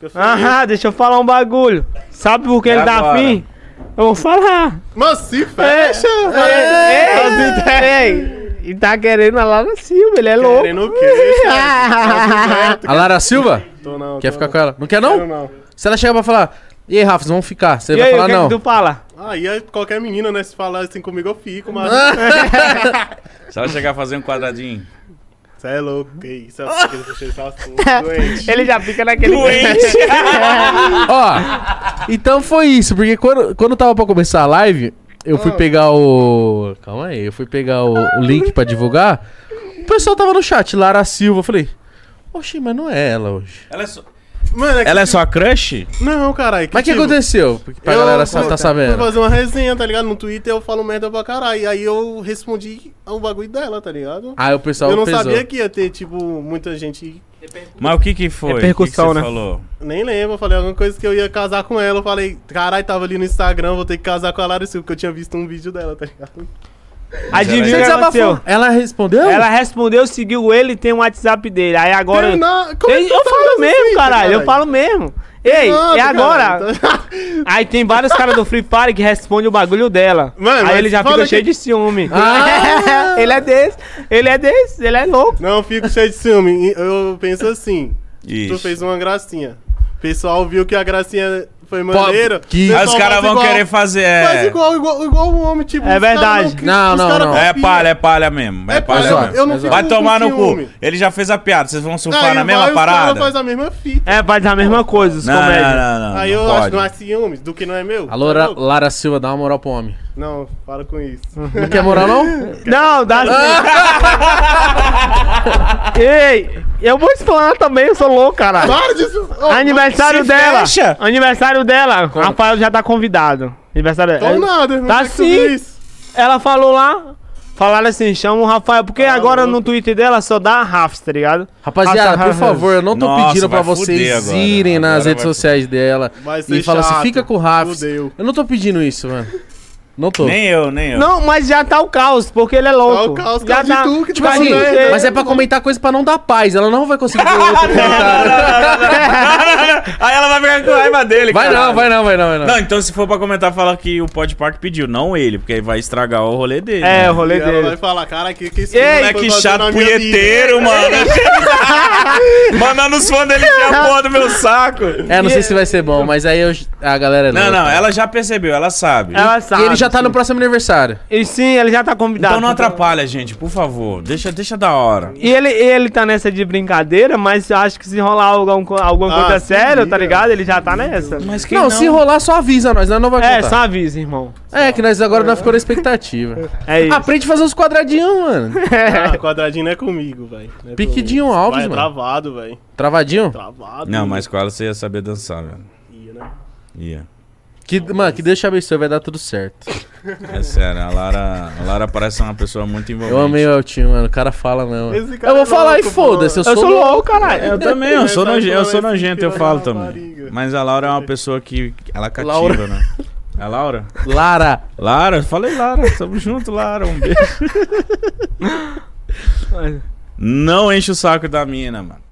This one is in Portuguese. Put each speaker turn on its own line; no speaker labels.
Eu sou
Aham, deixa eu falar um bagulho. Sabe por que
É
ele dá
agora.
fim? Eu vou falar.
Mas se
É,
fecha!
Ei, ei, e tá querendo a Lara Silva, ele é louco.
Querendo o quê? chefe?
A Lara Silva?
Tô não,
Quer
tô
ficar
não.
com ela? Não quer
Quero
não?
não.
Se ela chegar pra falar, e aí, Rafa, vocês vão ficar? Você
E
vai
aí, o
falar
que,
não.
que tu fala?
Aí é qualquer menina, né? Se falar assim comigo, eu fico, mas.
Se ela chegar a fazer um quadradinho.
Você é louco, que isso? Eu fiquei puxando esse assunto. Doente.
Ele já fica naquele...
Ó, então foi isso, porque quando, quando tava pra começar a live, eu
Ah.
fui pegar o. Calma aí, eu fui pegar o, o link pra divulgar. O pessoal tava no chat, Lara Silva. Eu falei, oxi, mas não é ela hoje.
Ela é só,
Mano, é que...
ela é só crush?
Não, caralho.
Mas o que
tipo,
aconteceu? Porque Pra galera sa- tá
Vou
sabendo.
fazer uma resenha, tá ligado? No Twitter eu falo merda pra caralho. Aí eu respondi ao bagulho dela, tá ligado?
Aí Ah, o pessoal
eu não
pesou.
sabia que ia ter, tipo, muita gente.
Mas o que que foi?
Repercussão,
o que que
né?
você falou?
Nem lembro, eu falei alguma coisa que eu ia casar com ela. Eu falei, caralho, tava ali no Instagram, vou ter que casar com a Lara Silva, porque eu tinha visto um vídeo dela, tá ligado?
Você
Adivinha o que
desabafou.
aconteceu?
Ela respondeu?
Ela respondeu, seguiu ele e tem um WhatsApp dele. Aí agora...
Tem na- como
Tem-
que
eu
tá
falo
fazendo
mesmo,
isso,
caralho, eu falo mesmo. Ei,
Nada,
é agora.
caralho, tá-
Aí tem vários caras do Free Fire que respondem o bagulho dela.
Mano,
aí
mas
ele já
fala
fica
que-
cheio de ciúme.
Ah!
ele é desse, ele é desse, ele é louco.
Não, eu fico cheio de ciúme. E Eu penso assim, tu
Isso.
fez uma gracinha. O pessoal viu que a gracinha foi
Pô,
maneira.
que-
Aí
pessoal
os caras
faz
vão
igual.
querer fazer. é-
Faz igual, igual, igual o homem, tipo.
É
os caras
verdade.
cri-
Não,
os
não,
caras
não.
É
copiam.
palha, é palha mesmo. É,
É
palha,
palha,
palha,
mesmo.
eu não
Exato.
fico
Vai
com
tomar no cu.
ciúme.
Ele já fez a piada. Vocês vão surfar
Aí
na
vai, os
mesma
caras
parada?
faz a mesma fita.
É, faz a mesma coisa, os
Não, não,
comédias.
não, não, não.
Aí
Ah, não
eu
pode.
acho que não é ciúmes do que não é meu.
Alô,
Tá
Ra-
louco?
Lara Silva, dá uma moral pro homem.
Não, para com isso.
Uhum.
Não quer moral, não?
Não, dá Ei, eu vou explanar também, eu sou louco, caralho.
Para disso! Ô,
Aniversário
se
dela.
fecha.
Aniversário dela. Rafael já tá convidado. Aniversário
Tô
dela.
nada, irmão.
Tá
Como é que tu viu
sim.
isso?
Ela falou lá. Falaram assim, chama o Rafael. Porque
Tá
agora
louco.
no Twitter dela só dá Rafa, tá ligado?
Rapaziada,
Rafa,
por
Rafa.
favor, eu não tô
Nossa,
pedindo pra
vai fuder
vocês
agora.
irem nas
Agora
redes
vai-
sociais dela
Vai ser
e falar assim,
chato.
fica com o Rafa.
Fudeu.
Eu não tô pedindo isso, mano. Não tô.
Nem eu, nem eu.
Não, mas já tá o caos, porque ele é louco.
Tá o caos,
já tá.
caos de tu, que tu
Tipo
Mas
assim,
não é-
mas é pra comentar coisa pra não dar paz. Ela não vai conseguir ver o outro comentário.
Aí ela vai ficar com raiva dele,
Vai
caralho.
não, vai não, vai não, vai não.
Não, então se for pra comentar, fala que o Podpark pediu, não ele, porque aí vai estragar o rolê dele.
É, o
né?
E
rolê
ela vai
dele.
falar, cara, que que esse
Ei,
moleque
Moleque
fazendo na
chato,
minha
punheteiro, mano. Mandando os fãs dele encher a porra do meu saco.
É, não sei se vai ser bom, mas aí eu- a galera é
Não,
louca.
não, ela já percebeu, ela sabe.
Ela sabe.
E ele já tá no próximo aniversário.
E sim, ele já tá convidado.
Então não atrapalha, gente, por favor. Deixa, deixa da hora.
E ele, ele tá nessa de brincadeira, mas eu acho que se rolar algum, co- alguma
Ah,
coisa
se
séria,
liga.
tá ligado? Ele já tá nessa.
Mas quem
Não, se rolar, só avisa nós, nós não vai
É,
contar.
só avisa, irmão.
É, que nós agora não ficou na expectativa.
É isso.
Aprende a fazer uns quadradinhos, mano.
Ah, quadradinho não é comigo, velho. Não é
Piquidinho
comigo.
um Alves,
Vai,
mano.
Travado, velho.
Travadinho?
Travado.
Não, mas com ela você ia saber dançar, velho.
Ia, né?
Ia.
Que, mano, que Deus te abençoe, vai dar tudo certo.
É sério, a Lara, a Lara parece uma pessoa muito envolvente.
Eu amei o Eltinho, mano. O cara fala mesmo.
Esse
eu
cara
vou
é
falar
louco,
e
mano.
foda-se, eu, É,
Eu sou louco, caralho.
É, Eu também, eu sou, noje- eu sou nojento, eu falo também.
Rapariga.
Mas a Laura é uma pessoa que. Ela cativa,
Laura.
né? É a Laura?
Lara,
Lara, eu falei Lara, tamo junto, Lara, um beijo. Não enche o saco da mina, mano.